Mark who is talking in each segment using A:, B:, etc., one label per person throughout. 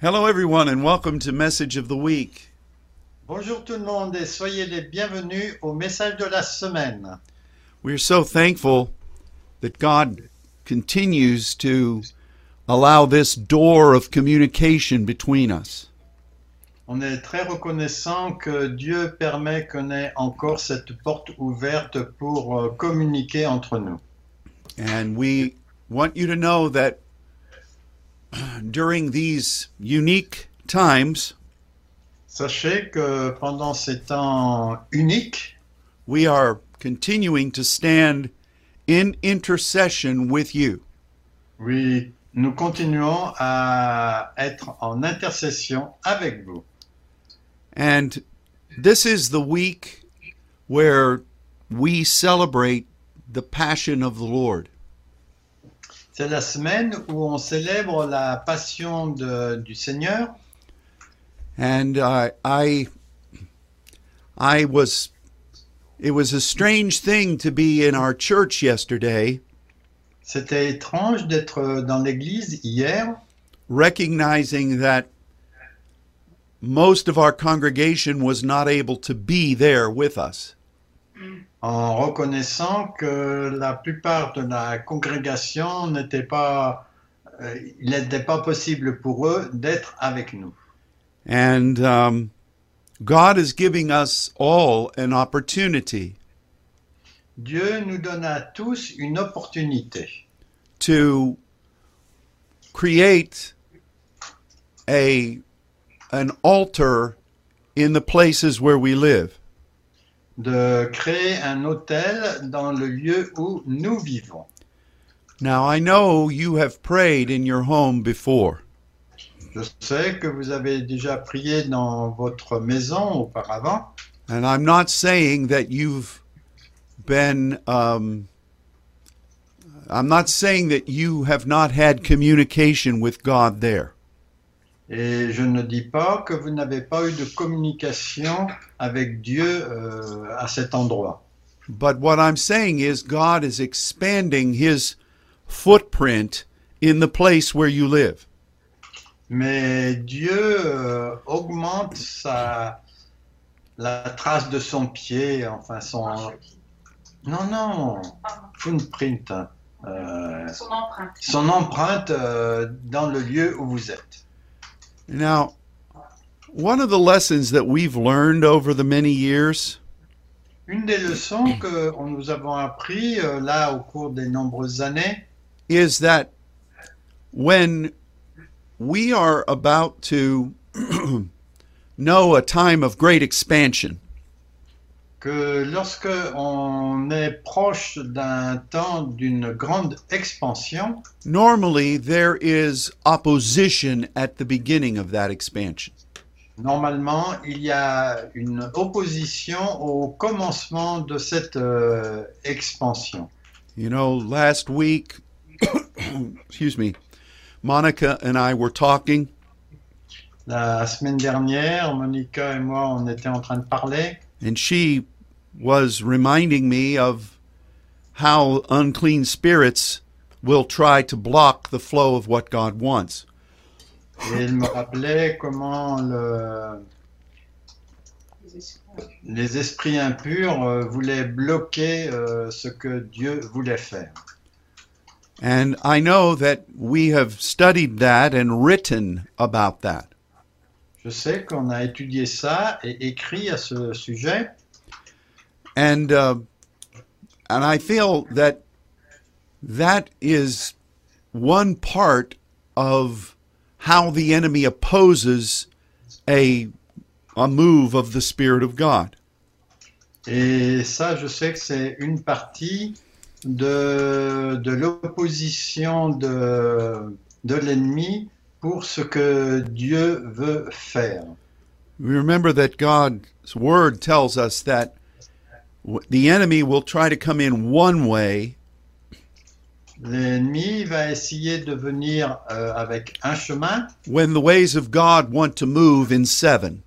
A: Hello, everyone, and welcome to Message of the Week.
B: Bonjour tout le monde et soyez les bienvenus au message de la semaine.
A: We're so thankful that God continues to allow this door of communication between us.
B: On est très reconnaissant que Dieu permet qu'on ait encore cette porte ouverte pour euh, communiquer entre nous.
A: And we want you to know that during these unique times,
B: Sachez que pendant ces temps uniques,
A: we are continuing to stand in intercession with you.
B: oui, nous continuons à être en intercession avec vous.
A: And this is the week where we celebrate the Passion of the Lord.
B: C'est la semaine où on célèbre la passion de- du Seigneur
A: and uh, I, I was, it was a strange thing to be in our church yesterday,
B: C'était étrange d'être dans l'église hier,
A: recognizing that most of our congregation was not able to be there with us,
B: en reconnaissant que la plupart de la congrégation n'était pas, euh, il n'était pas possible pour eux d'être avec nous.
A: and um, God is giving us all an opportunity
B: Dieu nous donne à tous une opportunité
A: to create a an altar in the places where we live.
B: de créer un hôtel dans le lieu où nous vivons.
A: Now, I know you have prayed in your home before,
B: Je sais que vous avez déjà prié dans votre maison auparavant.
A: and I'm not saying that you've been, um, I'm not saying that you have not had communication with God there.
B: Et je ne dis pas que vous n'avez pas eu de communication avec Dieu euh, à cet endroit.
A: But what I'm saying is, God is expanding his footprint in the place where you live.
B: Mais Dieu euh, augmente sa, la trace de son pied, enfin son... Non, non, footprint, hein. euh,
C: Son empreinte.
B: son empreinte euh, dans le lieu où vous êtes.
A: Now, one of the lessons that we've learned over the many years
B: Une des leçons que on- nous avons appris euh, là au cours des nombreuses années,
A: is that when we are about to know a time of great expansion,
B: que lorsque on est proche d'un temps d'une grande expansion,
A: normally there is opposition at the beginning of that expansion.
B: normalement, il y a une opposition au commencement de cette euh, expansion.
A: You know, last week, excuse me, Monica and I were talking,
B: La semaine dernière, Monica et moi, on était en train de parler
A: and she was reminding me of how unclean spirits will try to block the flow of what God wants.
B: et elle me rappelait comment le- les esprits impurs euh, voulaient bloquer euh, ce que Dieu voulait faire.
A: And I know that we have studied that and written about that.
B: Je sais qu'on a étudié ça et écrit à ce sujet.
A: And uh, and I feel that that is one part of how the enemy opposes a a move of the spirit of God.
B: Et ça, je sais que c'est une partie de, de l'opposition de, de l'ennemi pour ce que Dieu veut faire.
A: We remember that God's word tells us that w- the enemy will try to come in one way
B: L'ennemi va essayer de venir euh, avec un chemin,
A: when the ways of God want to move in seven.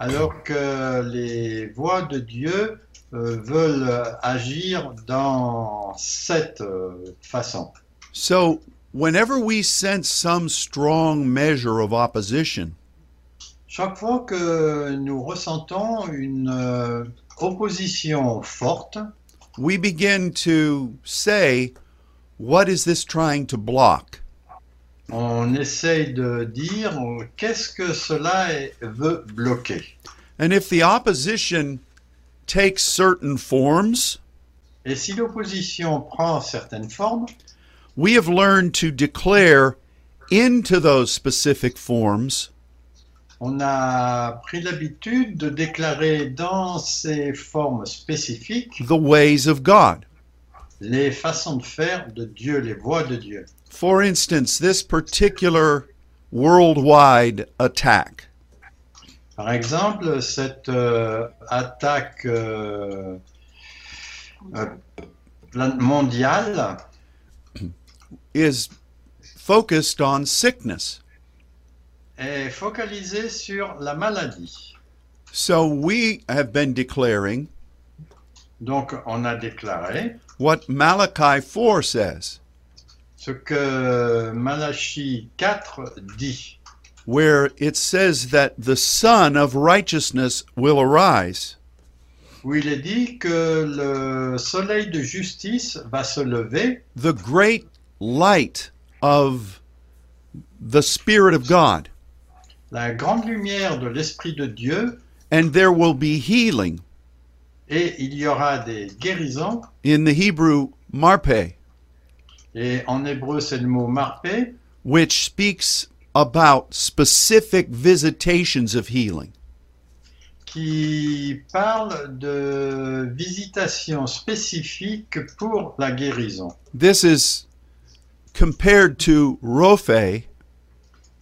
B: alors que les voies de Dieu euh, veulent agir dans cette euh, façon.
A: So whenever we sense some strong measure of opposition,
B: Chaque fois que nous ressentons une euh, opposition forte,
A: we begin to say, What is this trying to block?
B: on essaye de dire euh, qu'est-ce que cela est- veut bloquer.
A: And if the opposition takes certain forms,
B: Et si l'opposition prend certaines formes,
A: we have learned to declare into those specific forms
B: on a pris l'habitude de déclarer dans ces formes spécifiques
A: the ways of God.
B: les façons de faire de Dieu, les voies de Dieu.
A: For instance, this particular worldwide attack.
B: Par exemple, cette euh, attaque euh, euh, plan- mondiale
A: is focused on sickness.
B: est focalisée sur la maladie.
A: So we have been declaring
B: Donc, on a déclaré
A: what Malachi 4 says,
B: ce que Malachie 4 dit,
A: where it says that the Son of Righteousness will arise
B: où il est dit que le soleil de justice va se lever,
A: the great light of the Spirit of God,
B: la grande lumière de l'Esprit de Dieu,
A: and there will be healing
B: et il y aura des guérisons.
A: in the Hebrew marpe,
B: Et en hébreu, c'est le mot marpé,
A: which speaks about specific visitations of healing.
B: qui parle de visitation spécifique pour la guérison.
A: This is compared to rophe,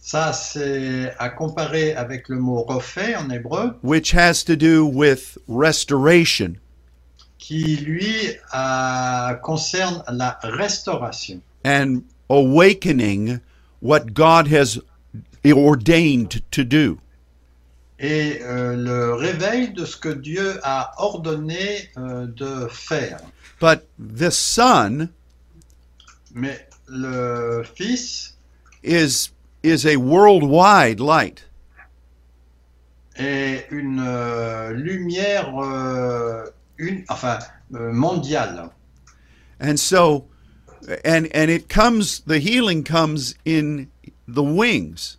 B: Ça, c'est à comparer avec le mot refait en hébreu,
A: which has to do with restoration.
B: qui lui a- concerne la restauration
A: and awakening what God has ordained to do.
B: et euh, le réveil de ce que Dieu a ordonné euh, de faire.
A: But the Son
B: Mais le Fils
A: is is a worldwide light.
B: est une euh, lumière, euh, une, enfin, euh, mondiale.
A: And so and and it comes the healing comes in the wings,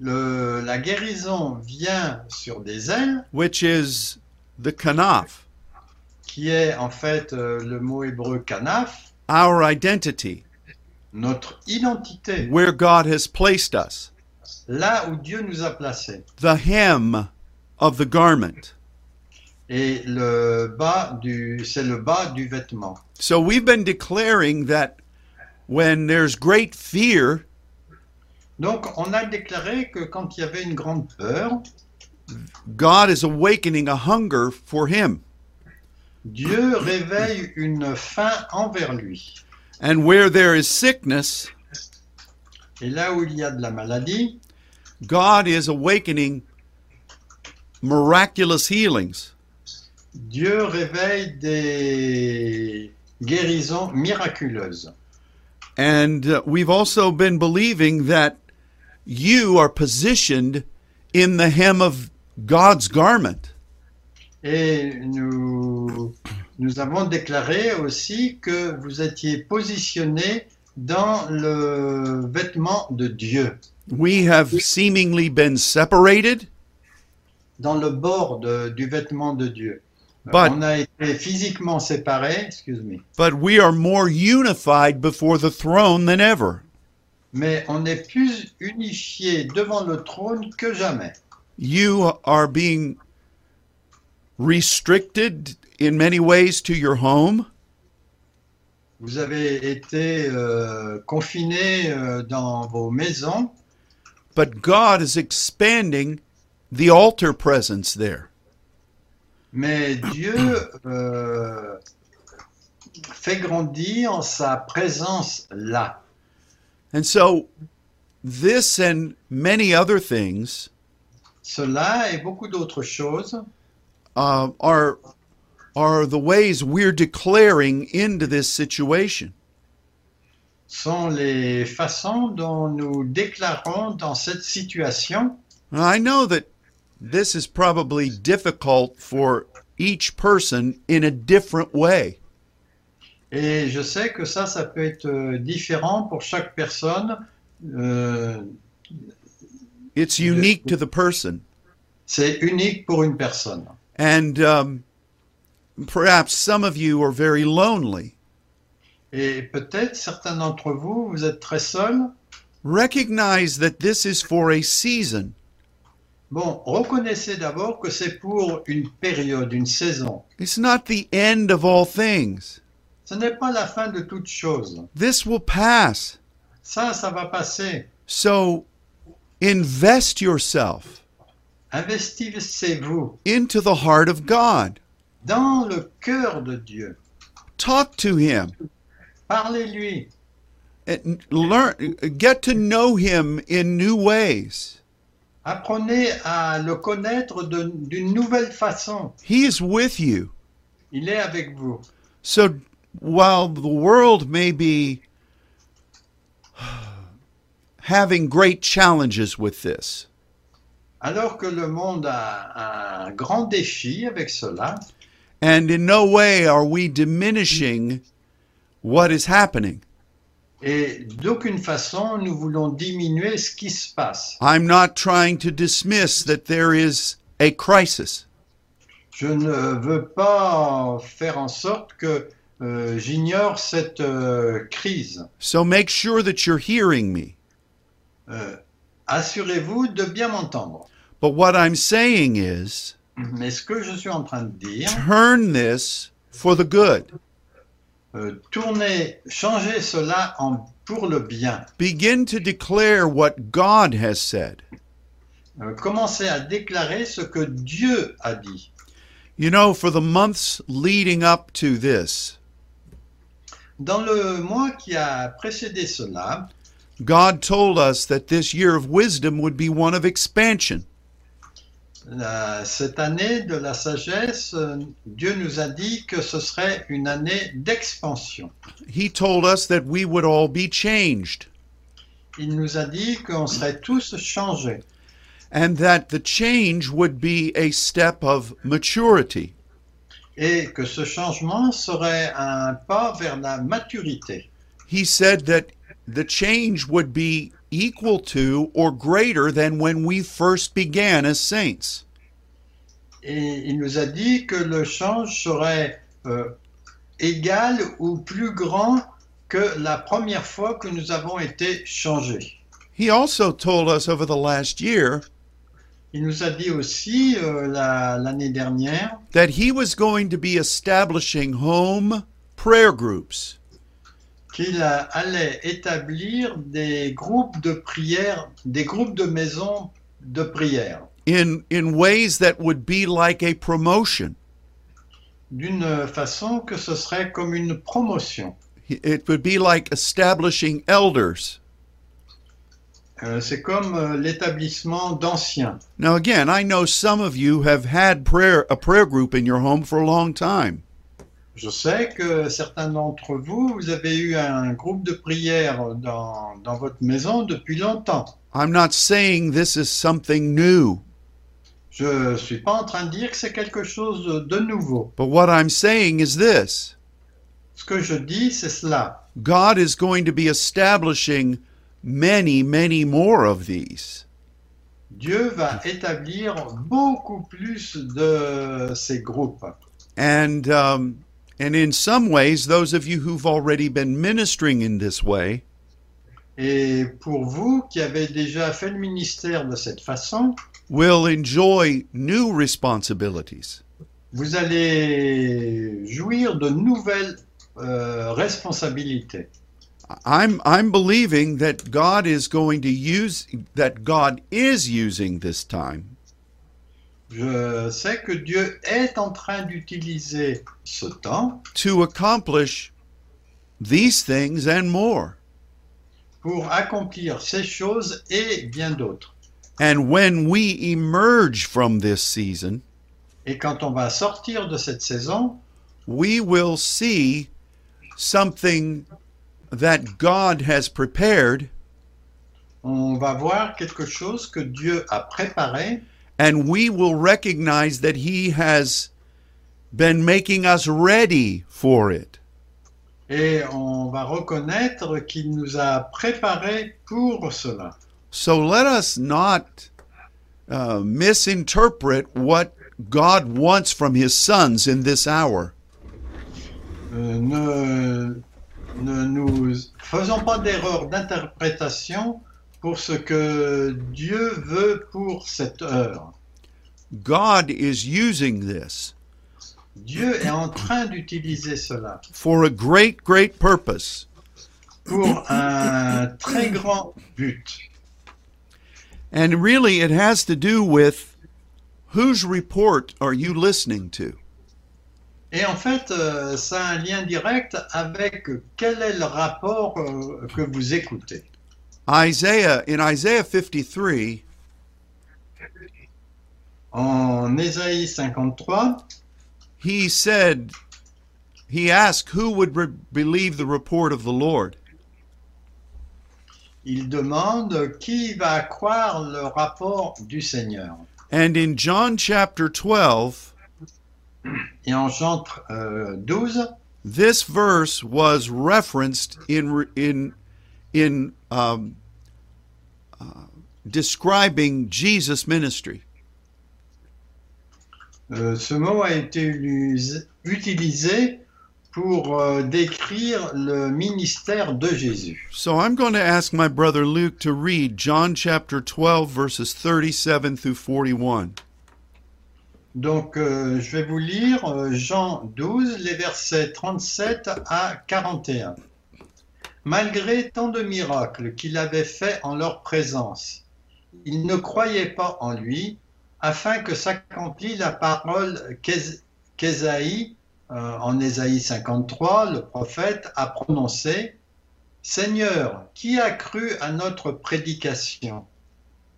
B: Le- la guérison vient sur des ailes,
A: which is the kanaf,
B: qui est en fait euh, le mot hébreu kanaf,
A: our identity,
B: notre identité,
A: where God has placed us,
B: là où Dieu nous a placés,
A: the hem of the garment.
B: et le bas du, c'est le bas du vêtement.
A: So we've been declaring that when there's great fear,
B: Donc on a déclaré que quand il y avait une grande peur,
A: God is awakening a hunger for him.
B: Dieu réveille une faim envers lui.
A: And where there is sickness,
B: Et là où il y a de la maladie,
A: God is awakening miraculous healings.
B: Dieu réveille des guérisons miraculeuses.
A: And uh, we've also been believing that you are positioned in the hem of God's garment.
B: Et nous, nous avons déclaré aussi que vous étiez positionné dans le vêtement de Dieu,
A: We have seemingly been separated,
B: dans le bord de- du vêtement de Dieu.
A: But-
B: On a été physiquement séparés, excuse-moi,
A: but we are more unified before the throne than ever.
B: mais on est plus unifiés devant le trône que jamais.
A: You are being restricted in many ways to your home.
B: Vous avez été euh, confinés euh, dans vos maisons,
A: But God is expanding the altar presence there.
B: mais Dieu euh, fait grandir sa présence là.
A: And so, this and many other things
B: Cela et beaucoup d'autres choses
A: uh, are, are the ways we're declaring into this situation.
B: sont les façons dont nous déclarons dans cette situation.
A: And I know that this is probably difficult for each person in a different way.
B: Et je sais que ça, ça peut être euh, différent pour chaque personne. Euh,
A: It's unique to the person.
B: c'est unique pour une personne.
A: And um, perhaps some of you are very lonely.
B: Et peut-être certains d'entre vous, vous êtes très seuls.
A: Recognize that this is for a season.
B: Bon, reconnaissez d'abord que c'est pour une période, une saison.
A: It's not the end of all things.
B: Ce n'est pas la fin de toute chose.
A: This will pass.
B: Ça, ça va passer.
A: So invest yourself
B: Investissez-vous
A: into the heart of God.
B: dans le cœur de Dieu.
A: Talk to Him.
B: Parlez-lui.
A: And learn, get to know Him in new ways.
B: Apprenez à le connaître de- d'une nouvelle façon.
A: He is with you.
B: Il est avec vous.
A: So while the world may be having great challenges with this,
B: Alors que le monde a un grand défi avec cela,
A: and in no way are we diminishing what is happening.
B: et d'aucune façon nous voulons diminuer ce qui se passe.
A: I'm not trying to dismiss that there is a crisis.
B: Je ne veux pas faire en sorte que euh, j'ignore cette euh, crise.
A: So make sure that you're hearing me.
B: Euh, Assurez-vous de bien m'entendre.
A: But what I'm saying is
B: Mais ce que je suis en train de dire,
A: turn this for the good.
B: euh, tournez, changez cela en, pour le bien.
A: Begin to declare what God has said.
B: Euh, commencez à déclarer ce que Dieu a dit.
A: You know, for the months leading up to this,
B: Dans le mois qui a précédé cela,
A: God told us that this year of wisdom would be one of expansion.
B: la- cette année de la sagesse, euh, Dieu nous a dit que ce serait une année d'expansion.
A: He told us that we would all be changed
B: Il nous a dit qu'on serait tous changés
A: and that the change would be a step of maturity.
B: et que ce changement serait un pas vers la maturité.
A: He said that the change would be equal to or greater than when we first began as saints.
B: Et il nous a dit que le change serait euh, égal ou plus grand que la première fois que nous avons été changés.
A: He also told us over the last year
B: Il nous a dit aussi euh, la- l'année dernière
A: that he was going to be establishing home prayer groups.
B: qu'il a- allait établir des groupes de prière, des groupes de maisons de prière,
A: in in ways that would be like a promotion.
B: d'une façon que ce serait comme une promotion.
A: It would be like establishing elders.
B: Euh, C'est comme euh, l'établissement d'anciens.
A: Now again, I know some of you have had prayer a prayer group in your home for a long time.
B: Je sais que certains d'entre vous, vous avez eu un groupe de prière dans, dans votre maison depuis longtemps.
A: I'm not saying this is something new,
B: Je ne suis pas en train de dire que c'est quelque chose de nouveau.
A: but what I'm saying is this.
B: Ce que je dis, c'est cela.
A: God is going to be establishing many, many more of these.
B: Dieu va établir beaucoup plus de ces groupes.
A: And um, and in some ways, those of you who've already been ministering in this way,
B: Et pour vous qui avez déjà fait le ministère de cette façon,
A: will enjoy new responsibilities.
B: vous allez jouir de nouvelles euh, responsabilités.
A: I'm I'm believing that God is going to use that God is using this time
B: Je sais que Dieu est en train d'utiliser ce temps
A: to accomplish these things and more.
B: pour accomplir ces choses et bien d'autres.
A: And when we emerge from this season,
B: Et quand on va sortir de cette saison,
A: we will see something that God has prepared
B: On va voir quelque chose que Dieu a préparé
A: and we will recognize that he has been making us ready for it.
B: et on va reconnaître qu'il nous a préparé pour cela.
A: So let us not uh, misinterpret what God wants from his sons in this hour.
B: Euh, ne, ne nous faisons pas d'erreur d'interprétation pour ce que Dieu veut pour cette heure.
A: God is using this
B: Dieu est en train d'utiliser cela
A: for a great, great purpose.
B: pour un très grand but.
A: And really, it has to do with whose report are you listening to?
B: Et en fait, euh, ça a un lien direct avec quel est le rapport euh, que vous écoutez.
A: Isaiah, in Isaiah 53,
B: En Ésaïe 53,
A: he said, he asked, who would re- believe the report of the Lord?
B: il demande qui va croire le rapport du Seigneur.
A: And in John chapter 12,
B: Et en Jean euh, 12,
A: this verse was referenced in re- in in um, uh, describing Jesus' ministry.
B: Euh, ce mot a été lu- utilisé pour euh, décrire le ministère de Jésus.
A: So I'm going to ask my brother Luke to read John chapter 12 verses 37 through 41.
B: Donc, euh, je vais vous lire euh, Jean 12, les versets 37 à 41. Malgré tant de miracles qu'il avait faits en leur présence, ils ne croyaient pas en lui, afin que s'accomplît la parole qu'És- qu'Ésaïe, euh, en Ésaïe 53, le prophète a prononcée Seigneur, qui a cru à notre prédication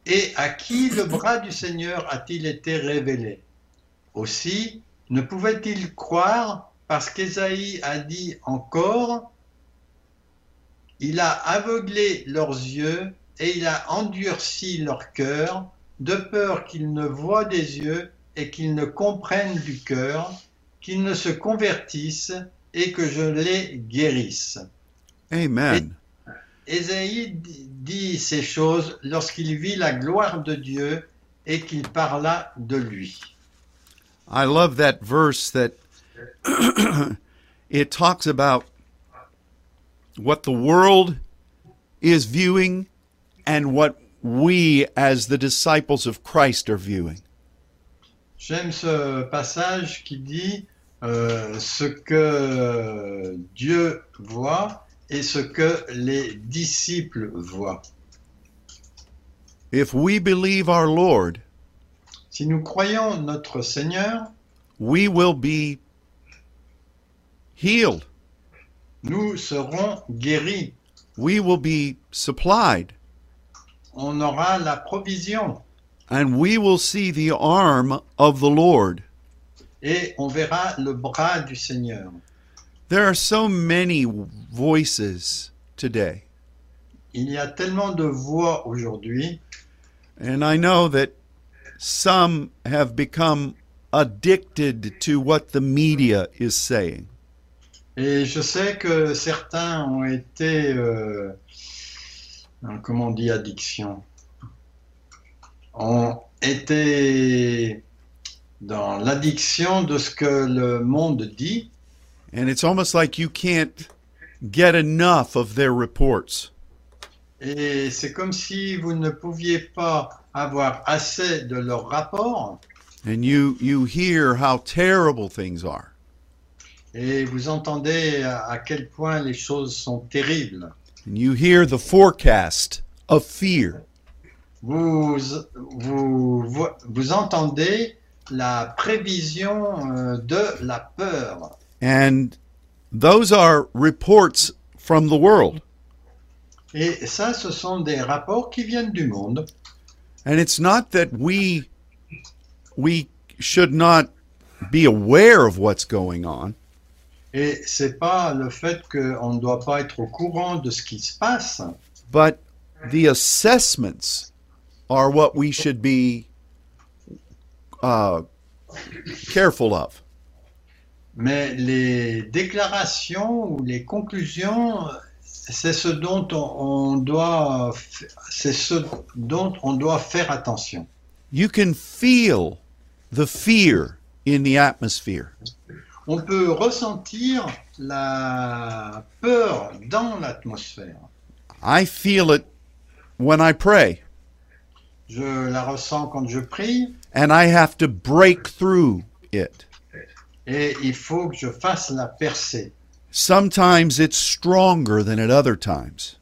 B: Et à qui le bras du Seigneur a-t-il été révélé Aussi, ne pouvait-il croire parce qu'Ésaïe a dit encore Il a aveuglé leurs yeux et il a endurci leur cœur, de peur qu'ils ne voient des yeux et qu'ils ne comprennent du cœur, qu'ils ne se convertissent et que je les guérisse.
A: Amen.
B: Ésaïe dit ces choses lorsqu'il vit la gloire de Dieu et qu'il parla de lui.
A: I love that verse that it talks about what the world is viewing and what we as the disciples of Christ are viewing.
B: J'aime ce passage qui dit euh, ce que Dieu voit et ce que les disciples voient.
A: If we believe our Lord,
B: Si nous croyons notre Seigneur,
A: we will be healed.
B: nous serons guéris.
A: We will be supplied.
B: On aura la provision
A: And we will see the arm of the Lord.
B: et on verra le bras du Seigneur.
A: There are so many voices today.
B: Il y a tellement de voix aujourd'hui
A: And I know that some have become addicted to what the media is saying.
B: Et je sais que certains ont été, euh, euh, comment on dit addiction, ont été dans l'addiction de ce que le monde dit.
A: And it's almost like you can't get enough of their reports.
B: Et c'est comme si vous ne pouviez pas avoir assez de leur rapport
A: And you, you hear how terrible things are.
B: et vous entendez à à quel point les choses sont terribles.
A: And you hear the forecast of fear.
B: Vous, vous, vous, vous entendez la prévision euh, de la peur.
A: And those are reports from the world.
B: Et ça, ce sont des rapports qui viennent du monde.
A: And it's not that we we should not be aware of what's going on.
B: Et c'est pas le fait qu'on ne doit pas être au courant de ce qui se passe,
A: but the assessments are what we should be uh, careful of.
B: mais les déclarations ou les conclusions, c'est ce dont on, on doit, f- c'est ce dont on doit faire attention.
A: You can feel the fear in the atmosphere.
B: On peut ressentir la peur dans l'atmosphère.
A: I feel it when I pray,
B: Je la ressens quand je prie
A: and I have to break through it.
B: et il faut que je fasse la percée.
A: Sometimes it's stronger than at other times,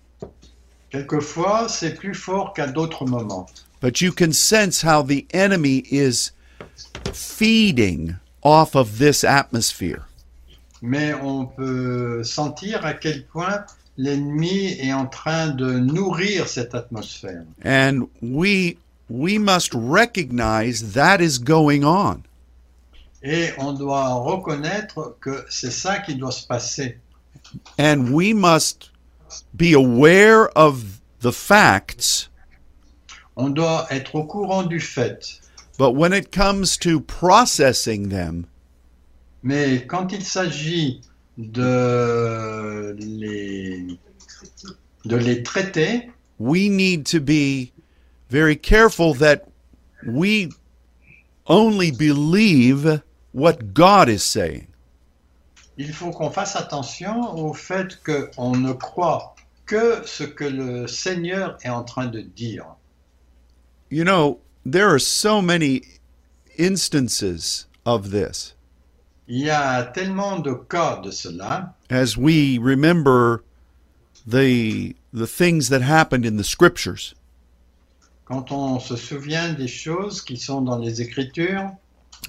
B: Quelquefois, c'est plus fort qu'à d'autres moments.
A: but you can sense how the enemy is feeding off of this atmosphere.
B: Mais on peut sentir à quel point l'ennemi est en train de nourrir cette atmosphère.
A: And we we must recognize that is going on.
B: Et on doit reconnaître que c'est ça qui doit se passer.
A: And we must be aware of the facts,
B: On doit être au courant du fait.
A: but when it comes to processing them,
B: Mais quand il s'agit de les, de les traiter,
A: we need to be very careful that we only believe what God is saying.
B: il faut qu'on fasse attention au fait qu'on ne croit que ce que le Seigneur est en train de dire.
A: You know, there are so many instances of this.
B: Il y a tellement de cas de cela.
A: as we remember the the things that happened in the scriptures
B: Quand on se souvient des choses qui sont dans les Écritures,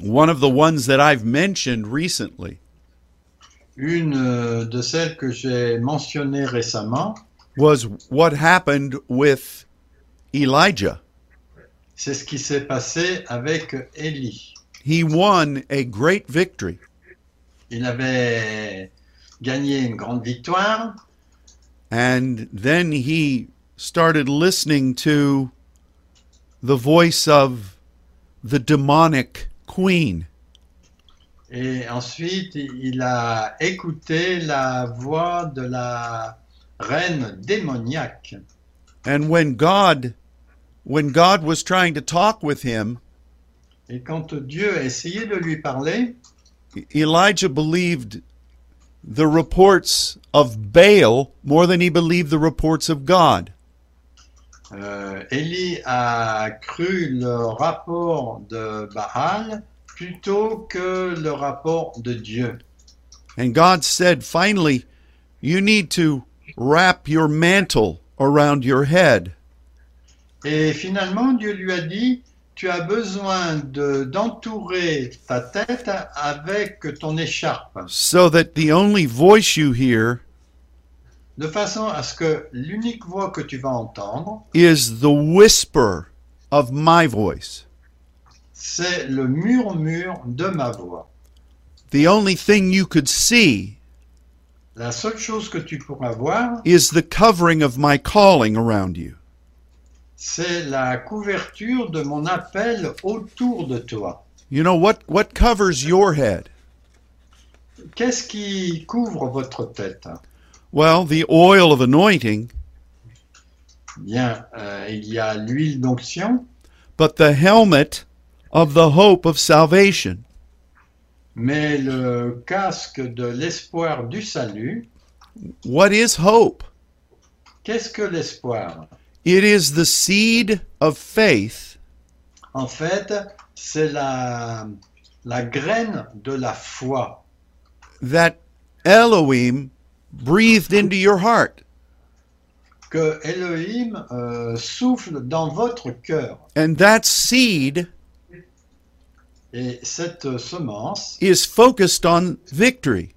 A: one of the ones that i've mentioned recently
B: une euh, de celles que j'ai mentionnées récemment,
A: was what happened with elijah
B: c'est ce qui s'est passé avec Élie.
A: he won a great victory
B: Il avait gagné une grande victoire
A: and then he started listening to the voice of the demonic queen
B: et ensuite il a écouté la voix de la reine démoniaque.
A: and when god when god was trying to talk with him
B: Et quand Dieu a essayé de lui parler,
A: Elijah believed the reports of Baal more than he believed the reports of God.
B: euh, Élie a cru le rapport de Baal plutôt que le rapport de Dieu.
A: And God said, finally, you need to wrap your mantle around your head.
B: Et finalement, Dieu lui a dit, tu as besoin de- d'entourer ta tête avec ton écharpe,
A: So that the only voice you hear
B: de façon à ce que l'unique voix que tu vas entendre,
A: is the whisper of my voice.
B: c'est le murmure de ma voix.
A: The only thing you could see
B: La seule chose que tu pourras voir,
A: is the covering of my calling around you.
B: c'est la couverture de mon appel autour de toi.
A: You know what what covers your head?
B: Qu'est-ce qui couvre votre tête
A: Well, the oil of anointing
B: Bien, euh, il y a l'huile d'onction,
A: but the helmet of the hope of salvation.
B: mais le casque de l'espoir du salut,
A: What is hope?
B: Qu'est-ce que l'espoir
A: It is the seed of faith
B: En fait, c'est la, la graine de la foi
A: that Elohim breathed into your heart.
B: que Elohim euh, souffle dans votre cœur.
A: And that seed
B: Et cette euh, semence,
A: is focused on victory.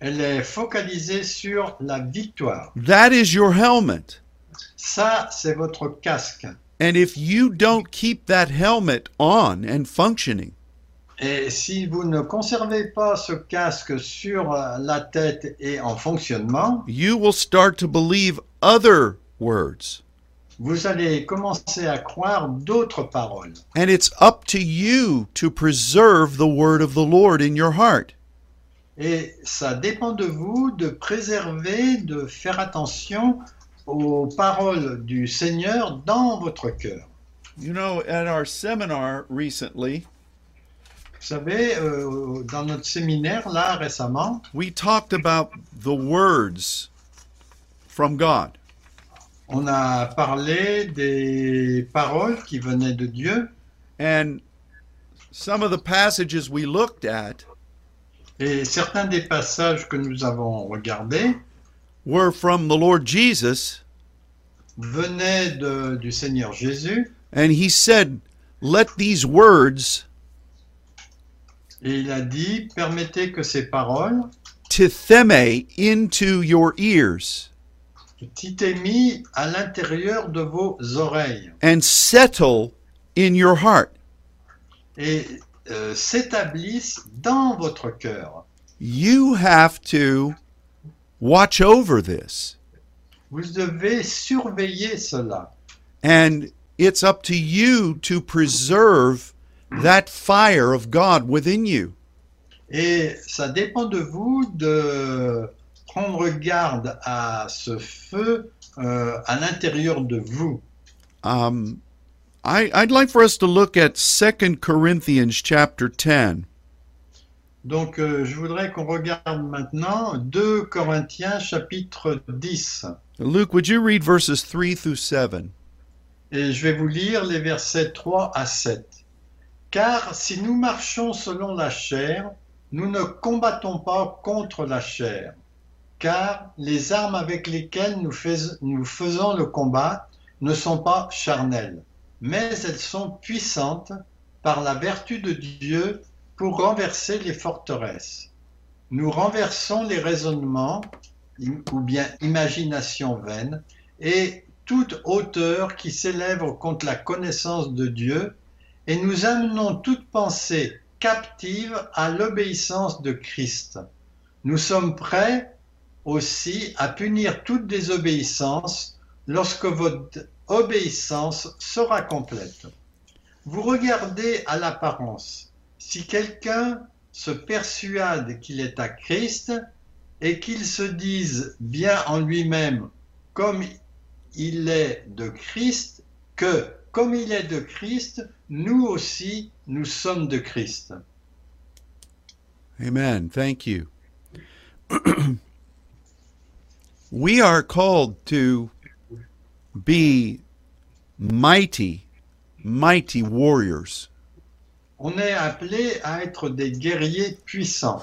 B: elle est focalisée sur la victoire.
A: That is your helmet.
B: Ça, c'est votre casque.
A: And if you don't keep that helmet on and functioning,
B: Et si vous ne conservez pas ce casque sur euh, la tête et en fonctionnement,
A: you will start to believe other words.
B: vous allez commencer à croire d'autres paroles.
A: And it's up to you to preserve the word of the Lord in your heart.
B: Et ça dépend de vous de préserver, de faire attention aux paroles du Seigneur dans votre cœur.
A: You know, at our seminar recently,
B: Vous savez, euh, dans notre séminaire, là, récemment,
A: we talked about the words from God.
B: on a parlé des paroles qui venaient de Dieu.
A: And some of the passages we looked at
B: Et certains des passages que nous avons regardés
A: were from the Lord Jesus,
B: venaient de- du Seigneur Jésus.
A: and he said, Let these words,
B: Et il a dit, permettez que ces paroles,
A: titheme, into your ears
B: titémi, à l'intérieur de vos oreilles
A: and settle in your heart.
B: et euh, s'établissent dans votre cœur.
A: You have to watch over this.
B: Vous devez surveiller cela.
A: And it's up to you to preserve that fire of God within you.
B: Et ça dépend de vous de prendre garde à ce feu euh, à l'intérieur de vous.
A: Um, I, I'd like for us to look at 2 Corinthians chapter 10.
B: Donc, euh, je voudrais qu'on regarde maintenant 2 Corinthiens chapitre 10.
A: Luke, would you read verses 3 through 7?
B: Et je vais vous lire les versets 3 à 7. Car si nous marchons selon la chair, nous ne combattons pas contre la chair. Car les armes avec lesquelles nous, fais- nous faisons le combat ne sont pas charnelles, mais elles sont puissantes par la vertu de Dieu pour renverser les forteresses. Nous renversons les raisonnements im- ou bien imaginations vaines et toute hauteur qui s'élève contre la connaissance de Dieu, et nous amenons toute pensée captive à l'obéissance de Christ. Nous sommes prêts aussi à punir toute désobéissance lorsque votre obéissance sera complète. Vous regardez à l'apparence. Si quelqu'un se persuade qu'il est à Christ et qu'il se dise bien en lui-même comme il est de Christ, que comme il est de Christ, nous aussi, nous sommes de Christ.
A: Amen. Thank you. we are called to be mighty, mighty warriors.
B: On est appelé à être des guerriers puissants.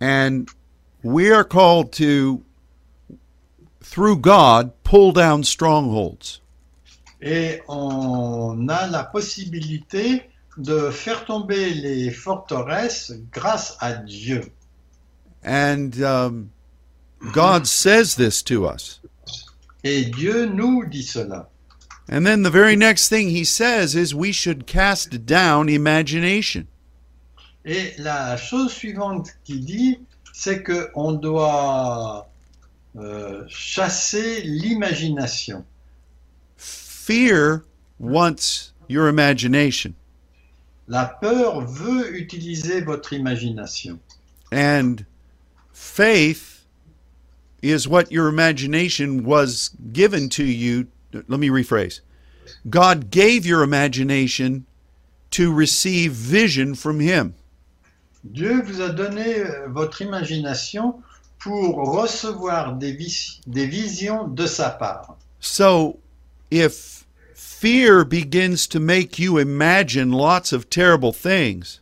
A: And we are called to, through God, pull down strongholds.
B: Et on a la possibilité de faire tomber les forteresses grâce à Dieu.
A: And um, God says this to us.
B: Et Dieu nous dit cela.
A: And then the very next thing he says is we should cast down imagination.
B: Et la chose suivante qu'il dit, c'est qu'on doit euh, chasser l'imagination.
A: Fear wants your imagination.
B: La peur veut utiliser votre imagination.
A: And faith is what your imagination was given to you. Let me rephrase God gave your imagination to receive vision from Him.
B: Dieu vous a donné euh, votre imagination pour recevoir des, vis- des visions de sa part.
A: So if fear begins to make you imagine lots of terrible things,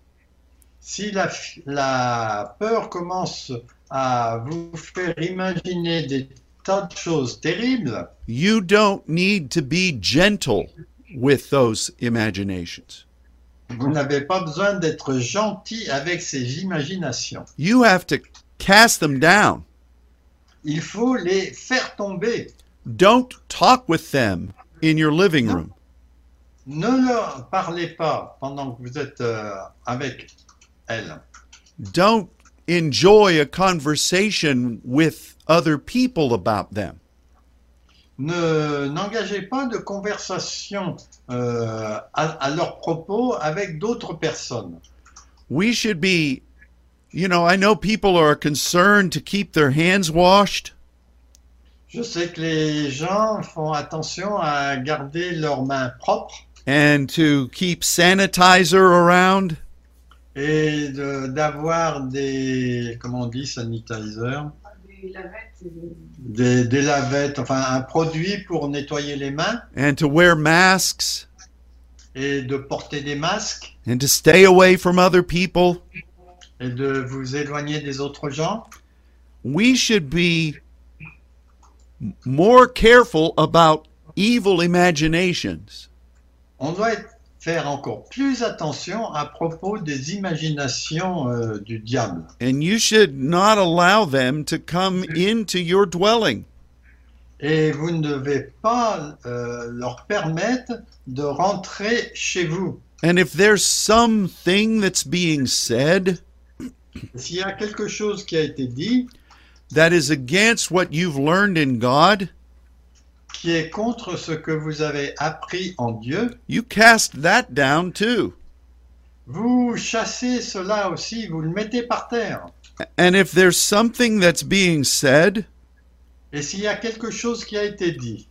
B: Si la, f- la peur commence à vous faire imaginer des tas de choses terribles,
A: you don't need to be gentle with those imaginations.
B: vous n'avez pas besoin d'être gentil avec ces imaginations.
A: You have to cast them down.
B: Il faut les faire tomber.
A: Don't talk with them in your living room.
B: Ne leur parlez pas pendant que vous êtes euh, avec elle.
A: Don't enjoy a conversation with other people about them.
B: Ne n'engagez pas de conversation euh, à, à leur propos avec d'autres personnes.
A: We should be, you know, I know people are concerned to keep their hands washed.
B: Je sais que les gens font attention à garder leurs mains propres
A: and to keep sanitizer around.
B: et de- d'avoir des, comment on dit, sanitaires,
C: Des lavettes, euh,
B: des, des lavettes, enfin un produit pour nettoyer les mains
A: and to wear masks
B: et de porter des masques
A: and to stay away from other people.
B: et de vous éloigner des autres gens.
A: We should be m- more careful about evil imaginations.
B: On doit être- faire encore plus attention à propos des imaginations euh, du diable.
A: And you should not allow them to come into your dwelling.
B: Et vous ne devez pas euh, leur permettre de rentrer chez vous.
A: And if there's something that's being said
B: S'il y a quelque chose qui a été dit
A: that is against what you've learned in God,
B: qui est contre ce que vous avez appris en Dieu,
A: you cast that down too.
B: vous chassez cela aussi, vous le mettez par terre.
A: And if there's something that's being said
B: Et s'il y a quelque chose qui a été dit,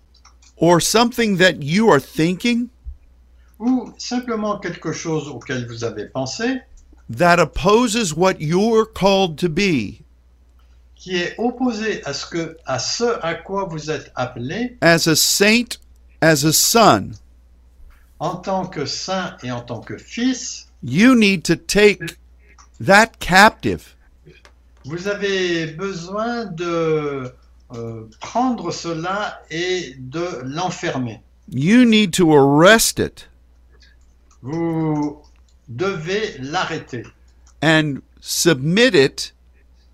A: or something that you are thinking
B: ou simplement quelque chose auquel vous avez pensé,
A: that opposes what you're called to be
B: qui est opposé à ce, que, à ce à quoi vous êtes appelé
A: as a saint, as a son,
B: en tant que saint et en tant que fils,
A: you need to take that captive
B: vous avez besoin de euh, prendre cela et de l'enfermer.
A: You need to arrest it
B: Vous devez l'arrêter
A: and submit it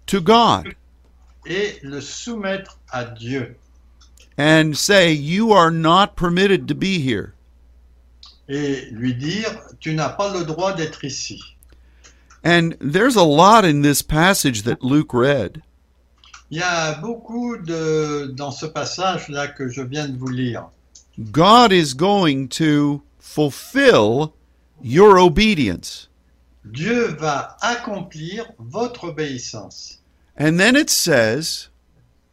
A: to God
B: et le soumettre à Dieu
A: and say, You are not permitted to be here.
B: et lui dire, tu n'as pas le droit d'être ici.
A: And there's a lot in this passage that Luke read.
B: Il y a beaucoup de, dans ce passage-là que je viens de vous lire.
A: God is going to fulfill your obedience.
B: Dieu va accomplir votre obéissance.
A: And then it says,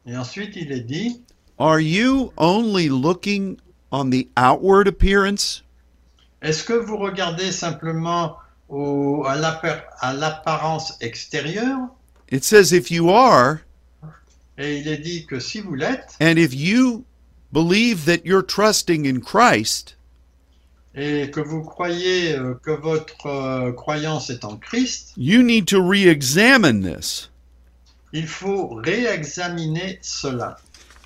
B: Et ensuite, il est dit,
A: Are you only looking on the outward appearance?
B: Est-ce que vous regardez simplement au- à l'appar- à l'apparence extérieure
A: It says, If you are,
B: Et il est dit que si vous l'êtes,
A: and if you believe that you're trusting in Christ,
B: et que vous croyez euh, que votre euh, croyance est en Christ,
A: you need to re examine this.
B: il faut réexaminer cela.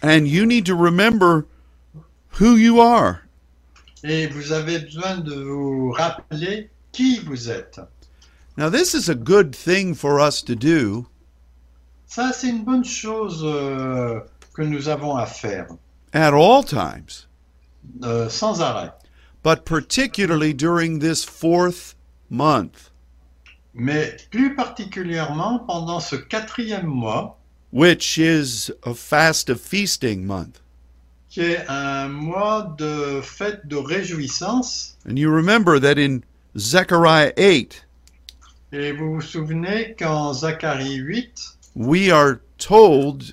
A: And you need to remember who you are.
B: Et vous avez besoin de vous rappeler qui vous êtes.
A: Now, this is a good thing for us to do
B: Ça, c'est une bonne chose euh, que nous avons à faire,
A: at all times,
B: euh, sans arrêt.
A: but particularly during this fourth month
B: Mais plus particulièrement pendant ce quatrième mois,
A: which is a fast of feasting month.
B: qui est un mois de fête de réjouissance.
A: And you remember that in Zechariah 8,
B: Et vous vous souvenez qu'en Zacharie 8,
A: we are told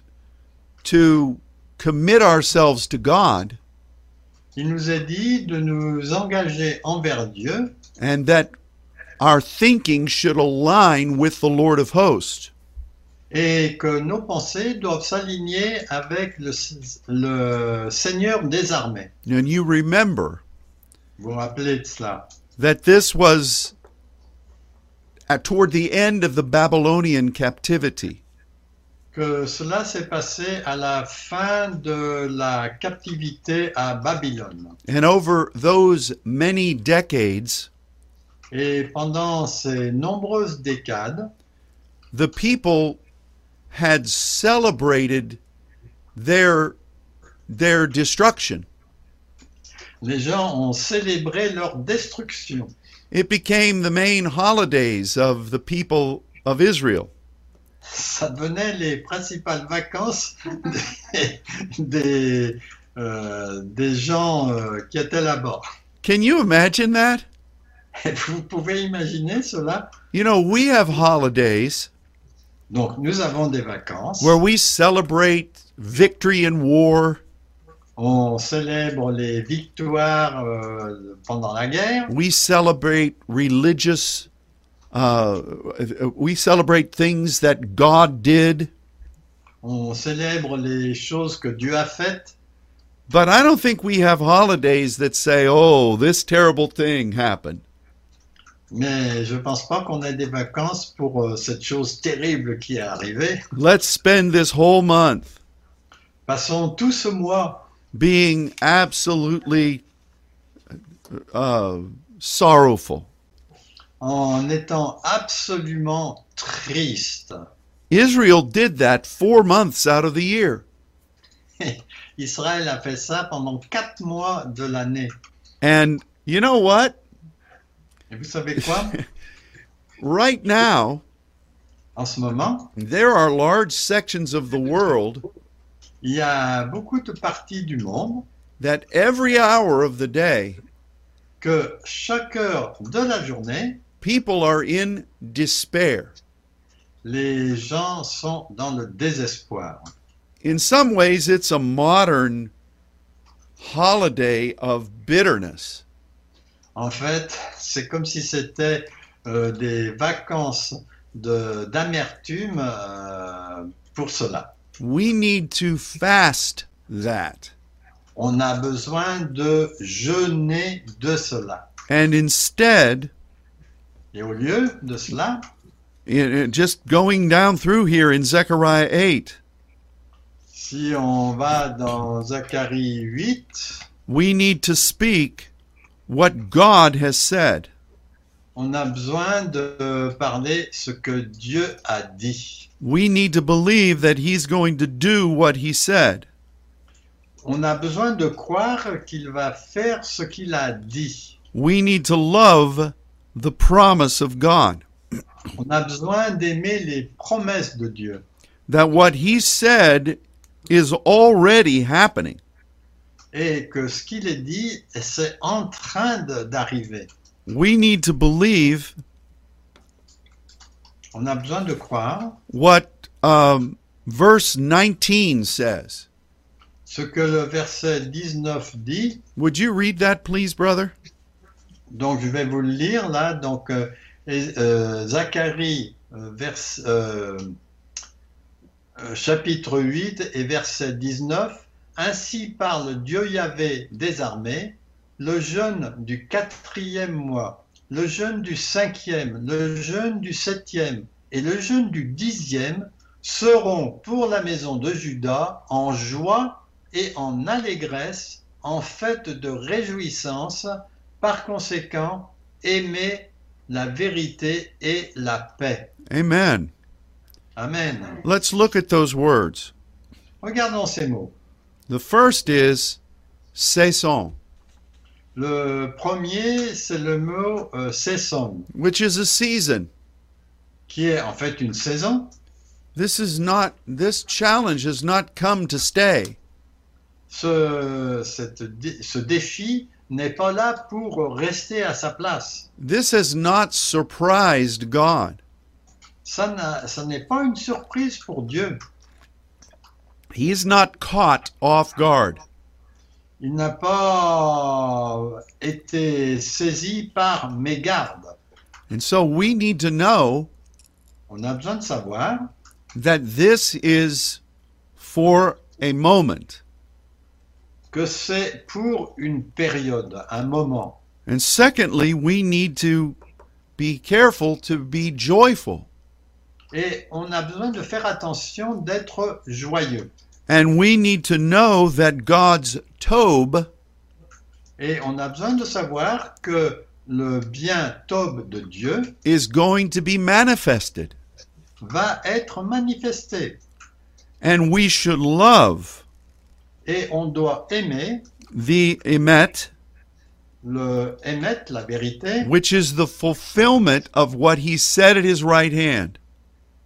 A: to commit ourselves to God
B: il nous est dit de nous engager envers Dieu
A: and that our thinking should align with the Lord of hosts.
B: et que nos pensées doivent s'aligner avec le, le Seigneur des armées.
A: And you remember
B: Vous vous rappelez de cela
A: that this was at toward the end of the Babylonian captivity.
B: que cela s'est passé à la fin de la captivité à Babylone.
A: And over those many decades,
B: Et pendant ces nombreuses décades,
A: the people had celebrated their their destruction.
B: Les gens ont célébré leur destruction.
A: It became the main holidays of the people of Israel.
B: Ça devenait les principales vacances des, des, euh, des gens euh, qui étaient là-bas.
A: Can you imagine that?
B: Et Vous pouvez imaginer cela
A: You know, we have holidays
B: Donc, nous avons des vacances.
A: where we celebrate victory in war,
B: On célèbre les victoires euh, pendant la guerre.
A: we celebrate religious, uh, we celebrate things that God did.
B: On célèbre les choses que Dieu a faites.
A: But I don't think we have holidays that say, oh, this terrible thing happened.
B: Mais je pense pas qu'on ait des vacances pour euh, cette chose terrible qui est arrivée.
A: Let's spend this whole month
B: Passons tout ce mois
A: being absolutely uh, sorrowful.
B: en étant absolument triste.
A: Israel did that four months out of the year.
B: Israël a fait ça pendant quatre mois de l'année.
A: And you know what?
B: Et vous savez quoi
A: Right now,
B: En ce moment,
A: there are large sections of the world
B: il y a beaucoup de parties du monde
A: that every hour of the day,
B: que chaque heure de la journée,
A: people are in despair.
B: les gens sont dans le désespoir.
A: In some ways, it's a modern holiday of bitterness.
B: En fait, c'est comme si c'était euh, des vacances de- d'amertume euh, pour cela.
A: We need to fast that.
B: On a besoin de jeûner de cela.
A: And instead,
B: Et au lieu de cela,
A: in- in- just going down through here in Zechariah 8,
B: si on va dans Zacharie 8,
A: we need to speak what God has said.
B: on a besoin de parler ce que Dieu a dit.
A: We need to believe that He's going to do what He said.
B: On a besoin de croire qu'il va faire ce qu'il a dit.
A: We need to love the promise of God,
B: On a besoin d'aimer les promesses de Dieu,
A: that what He said is already happening.
B: et que ce qu'il est dit, c'est en train de- d'arriver.
A: We need to believe
B: On a besoin de croire
A: what um, verse 19 says.
B: ce que le verset 19 dit.
A: Would you read that, please, brother?
B: Donc je vais vous le lire là. Donc euh, et- euh, Zacharie, euh, vers- euh, euh, chapitre 8 et verset 19. Ainsi parle Dieu Yahvé des armées, le jeûne du quatrième mois, le jeûne du cinquième, le jeûne du septième et le jeûne du dixième seront pour la maison de Juda en joie et en allégresse, en fête de réjouissance, par conséquent, aimez la vérité et la paix.
A: Amen.
B: Amen.
A: Let's look at those words.
B: Regardons ces mots.
A: The first is saison,
B: Le premier, c'est le mot euh, saison,
A: which is a season.
B: qui est en fait une saison.
A: This is not this challenge has not come to stay.
B: Ce, cette dé- ce défi n'est pas là pour rester à sa place.
A: This has not surprised God.
B: Ça n'a- ça n'est pas une surprise pour Dieu.
A: He is not caught off guard.
B: Il n'a pas été saisi par mégarde.
A: And so we need to know
B: On a besoin de savoir
A: that this is for a moment.
B: que c'est pour une période, un moment.
A: And secondly, we need to be careful to be joyful.
B: Et on a besoin de faire attention d'être joyeux.
A: And we need to know that God's tobe
B: Et on a besoin de savoir que le bien Tob de Dieu
A: is going to be manifested.
B: va être manifesté.
A: And we should love
B: Et on doit aimer
A: the emet
B: le émettre la vérité,
A: which is the fulfillment of what he said at his right hand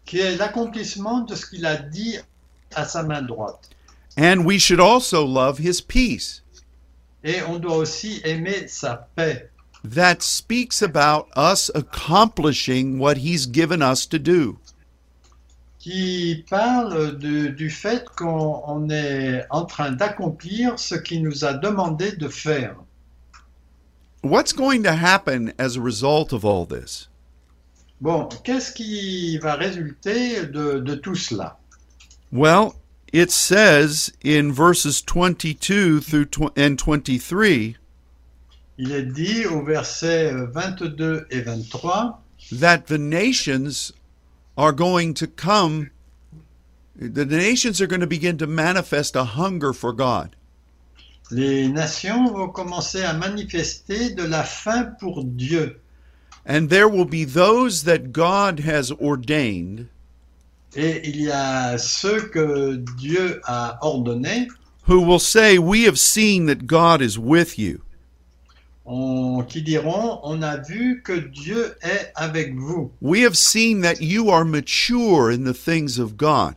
B: qui est l'accomplissement de ce qu'il a dit à sa main droite.
A: and we should also love his peace
B: Et on doit aussi aimer sa paix,
A: that speaks about us accomplishing what he's given us to do
B: qui parle de- du fait qu'on on est en train d'accomplir ce qu'il nous a demandé de faire.
A: what's going to happen as a result of all this
B: Bon, qu'est-ce qui va résulter de, de tout cela
A: Well, it says in verses 22 through tw- and 23
B: Il est dit au verset 22 et 23
A: that the nations are going to come, the nations are going to begin to manifest a hunger for God.
B: Les nations vont commencer à manifester de la faim pour Dieu.
A: And there will be those that God has ordained
B: Et il y a ceux que Dieu a ordonnés
A: who will say, We have seen that God is with you.
B: on- qui diront On a vu que Dieu est avec vous.
A: We have seen that you are mature in the things of God.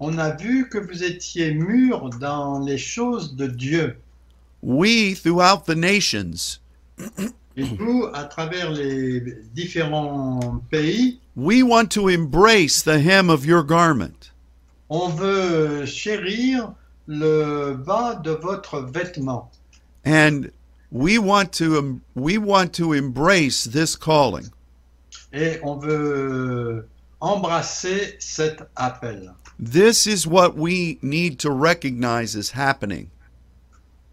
B: On a vu que vous étiez mûrs dans les choses de Dieu.
A: We, throughout the nations,
B: Et nous, à travers les différents pays,
A: we want to embrace the hem of your garment.
B: on veut chérir le bas de votre vêtement.
A: and we want to um, we want to embrace this calling
B: Et on veut embrasser cet appel.
A: this is what we need to recognize is happening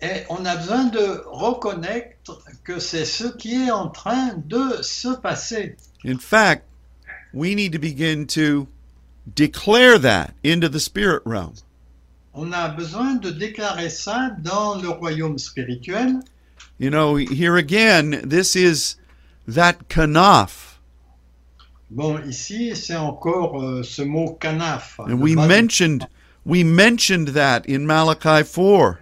B: Et on a besoin de reconnaître que c'est ce qui est en train de se passer.
A: in fact we need to begin to declare that into the spirit realm
B: On a besoin de déclarer ça dans le royaume spirituel.
A: you know here again this is that kanaf
B: Bon, ici, c'est encore euh, ce mot canaf. Bah,
A: and we
B: Le bas-
A: mentioned we mentioned that in malachi 4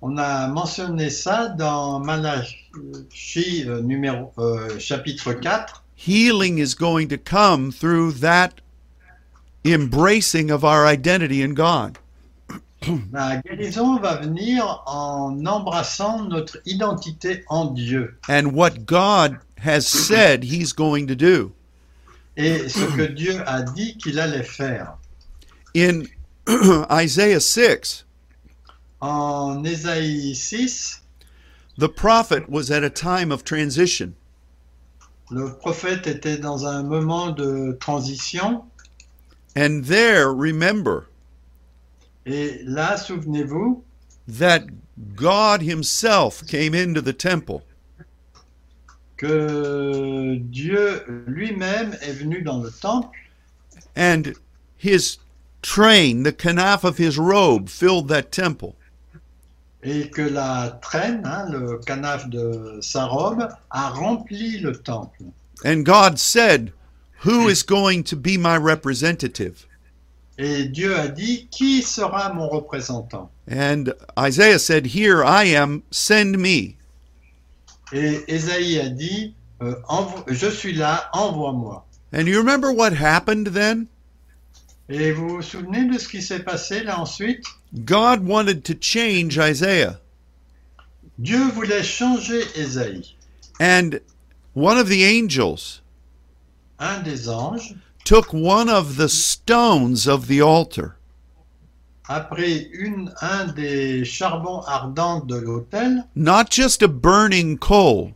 B: On a mentionné ça dans Malachie euh, numéro, euh, chapitre 4.
A: healing is going to come through that embracing of our identity in god
B: La guérison va venir en embrassant notre identité en Dieu
A: and what God has said he's going to do.
B: et ce que Dieu a dit qu'il allait faire.
A: In Isaiah 6,
B: En Ésaïe 6,
A: the prophet was at a time of transition.
B: le prophète était dans un moment de transition.
A: And there, remember
B: Et là, souvenez-vous
A: that God himself came into the temple
B: que Dieu lui-même est venu dans le temple
A: and his train, the kanaf of his robe, filled that temple.
B: et que la traîne, hein, le canaf de sa robe, a rempli le temple.
A: And God said, Who is going to be my representative?
B: Et Dieu a dit, qui sera mon représentant
A: And Isaiah said, Here I am, send me.
B: Et Ésaïe a dit, euh, Envo- je suis là, envoie-moi.
A: And you remember what happened then?
B: Et vous vous souvenez de ce qui s'est passé là ensuite
A: God wanted to change Isaiah.
B: Dieu voulait changer Ésaïe.
A: And one of the angels
B: Un des anges
A: took one of the stones of the altar
B: a pris une, un des charbons ardents de l'autel,
A: not just a burning coal,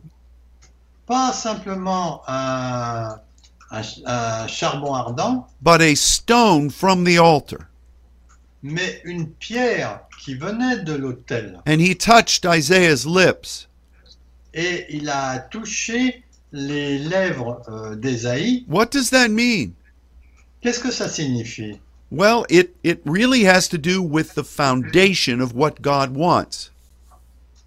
B: pas simplement un, un- un charbon ardent,
A: but a stone from the altar.
B: mais une pierre qui venait de l'autel.
A: And he touched Isaiah's lips,
B: Et il a touché les lèvres euh, d'Ésaïe.
A: What does that mean?
B: Qu'est-ce que ça signifie
A: Well, it, it really has to do with the foundation of what God wants.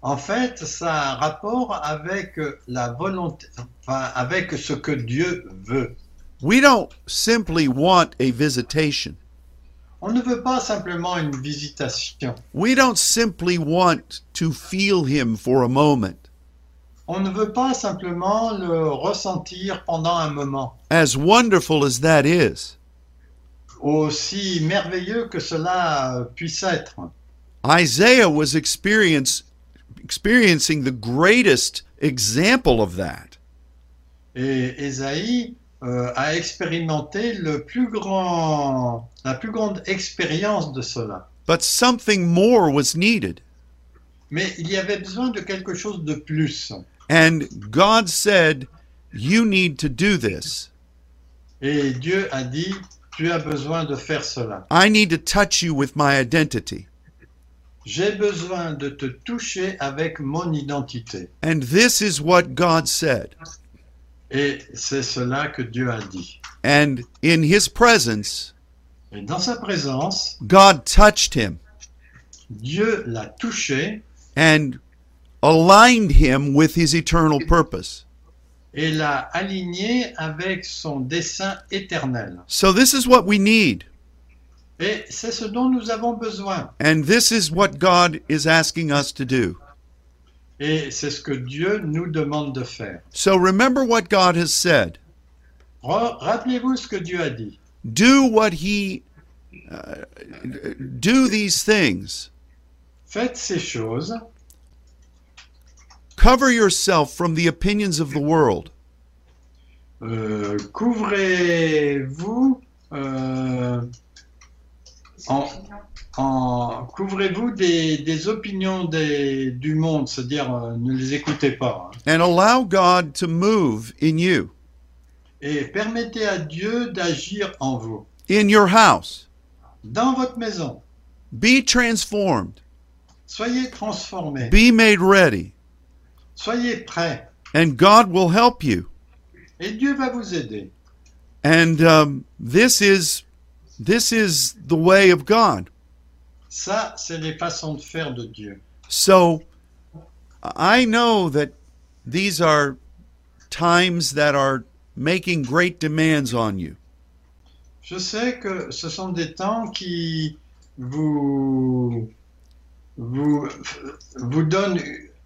B: En fait, ça a un rapport avec euh, la volonté, enfin, avec ce que Dieu veut.
A: We don't simply want a visitation.
B: On ne veut pas simplement une visitation.
A: We don't simply want to feel him for a moment.
B: on ne veut pas simplement le ressentir pendant un moment.
A: As wonderful as that is,
B: Aussi merveilleux que cela euh, puisse être,
A: Isaiah was experience, experiencing the greatest example of that.
B: et Ésaïe euh, a expérimenté le plus grand, la plus grande expérience de cela.
A: But something more was needed.
B: Mais il y avait besoin de quelque chose de plus.
A: And God said, You need to do this.
B: Et Dieu a dit, tu as besoin de faire cela.
A: I need to touch you with my identity.
B: J'ai besoin de te toucher avec mon identité.
A: And this is what God said.
B: Et c'est cela que Dieu a dit.
A: And in his presence,
B: Et dans sa présence,
A: God touched him
B: Dieu l'a touché
A: and aligned him with his eternal purpose.
B: et l'a aligné avec son dessein éternel.
A: So, this is what we need.
B: Et c'est ce dont nous avons besoin.
A: And this is what God is asking us to do.
B: Et c'est ce que Dieu nous demande de faire.
A: So, remember what God has said
B: Re- Rappelez-vous ce que Dieu a dit.
A: do what he uh, do these things
B: Faites ces choses,
A: cover yourself from the opinions of the world
B: euh, couvrez-vous euh, En- en- couvrez-vous des, des opinions des- du monde, c'est-à-dire euh, ne les écoutez pas. hein.
A: and allow God to move in you,
B: Et permettez à Dieu d'agir en vous,
A: in your house.
B: dans votre maison.
A: Be transformed,
B: Soyez transformés,
A: be made ready,
B: soyez prêts,
A: and God will help you.
B: et Dieu va vous aider.
A: And um, this is this is the way of God.
B: Ça, c'est les façons de faire de Dieu.
A: So I know that these are times that are making great demands on you.
B: Je sais que ce sont des temps qui vous, vous, vous donnent,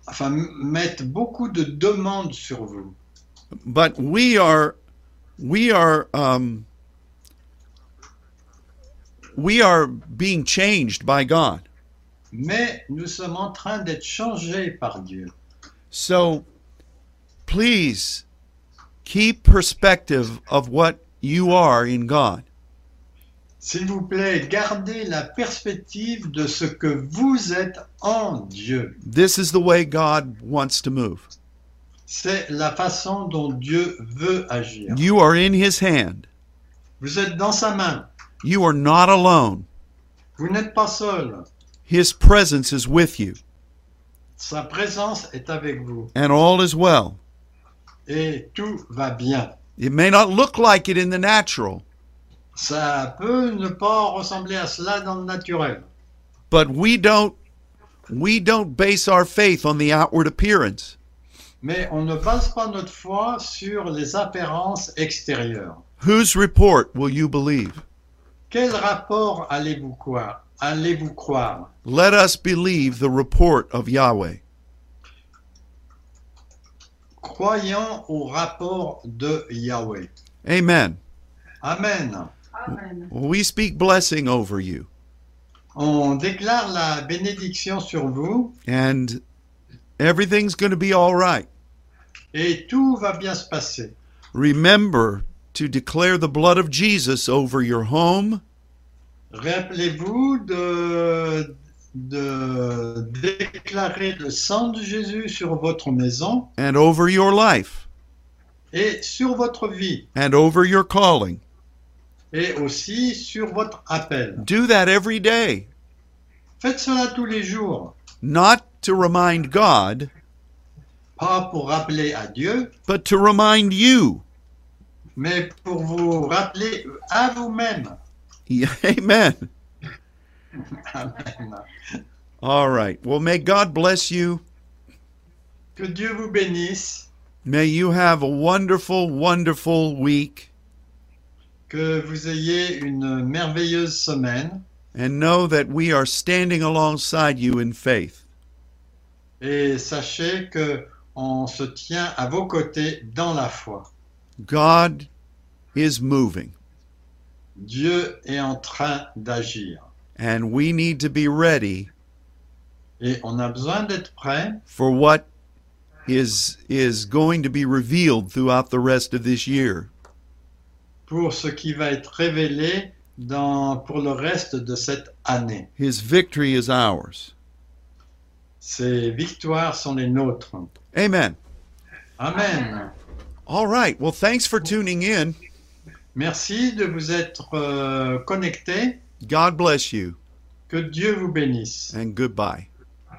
B: enfin, mettent beaucoup de demandes sur vous.
A: but we are we are um, we are being changed by God.
B: mais nous sommes en train d'être changés par Dieu.
A: So please keep perspective of what you are in God.
B: S'il vous plaît, gardez la perspective de ce que vous êtes en Dieu.
A: This is the way God wants to move.
B: C'est la façon dont Dieu veut agir.
A: You are in his hand.
B: Vous êtes dans sa main.
A: You are not alone.
B: Vous n'êtes pas seul.
A: His presence is with you
B: Sa présence est avec vous.
A: and all is well.
B: Et tout va bien.
A: It may not look like it in the natural,
B: Ça peut ne pas ressembler à cela dans le naturel.
A: but we don't we don't base our faith on the outward appearance.
B: Mais on ne base pas notre foi sur les apparences extérieures.
A: Whose report will you believe?
B: Quel rapport allez-vous croire Allez-vous croire
A: Let us believe the report of Yahweh.
B: croyant au rapport de Yahweh.
A: Amen.
B: Amen.
C: Amen.
A: We speak blessing over you,
B: On déclare la bénédiction sur vous
A: and everything's going to be all right.
B: et tout va bien se passer.
A: Remember to declare the blood of Jesus over your home,
B: Rappelez-vous de, de déclarer le sang de Jésus sur votre maison
A: and over your life,
B: et sur votre vie
A: and over your calling.
B: et aussi sur votre appel.
A: Do that every day,
B: Faites cela tous les jours,
A: not to remind God,
B: pas pour rappeler à Dieu,
A: but to remind you.
B: mais pour vous rappeler à vous-même.
A: Amen.
B: Amen.
A: All right. Well, may God bless you.
B: Que Dieu vous bénisse.
A: May you have a wonderful, wonderful week
B: Que vous ayez une merveilleuse semaine
A: and know that we are standing alongside you in faith.
B: et sachez que on se tient à vos côtés dans la foi.
A: God is moving,
B: Dieu est en train d'agir
A: and we need to be ready
B: et on a besoin d'être prêt
A: for what is is going to be revealed throughout the rest of this year.
B: pour ce qui va être révélé dans, pour le reste de cette année.
A: His victory is ours.
B: Ces victoires sont les nôtres.
A: Amen.
B: Amen.
A: All right. Well, thanks for tuning in.
B: Merci de vous être euh, connectés.
A: God bless you
B: Que Dieu vous bénisse.
A: and goodbye.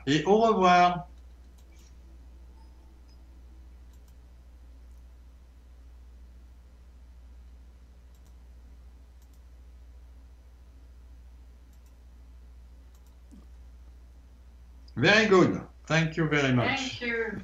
B: Et au revoir. Very good. Thank you very much.
C: Thank you.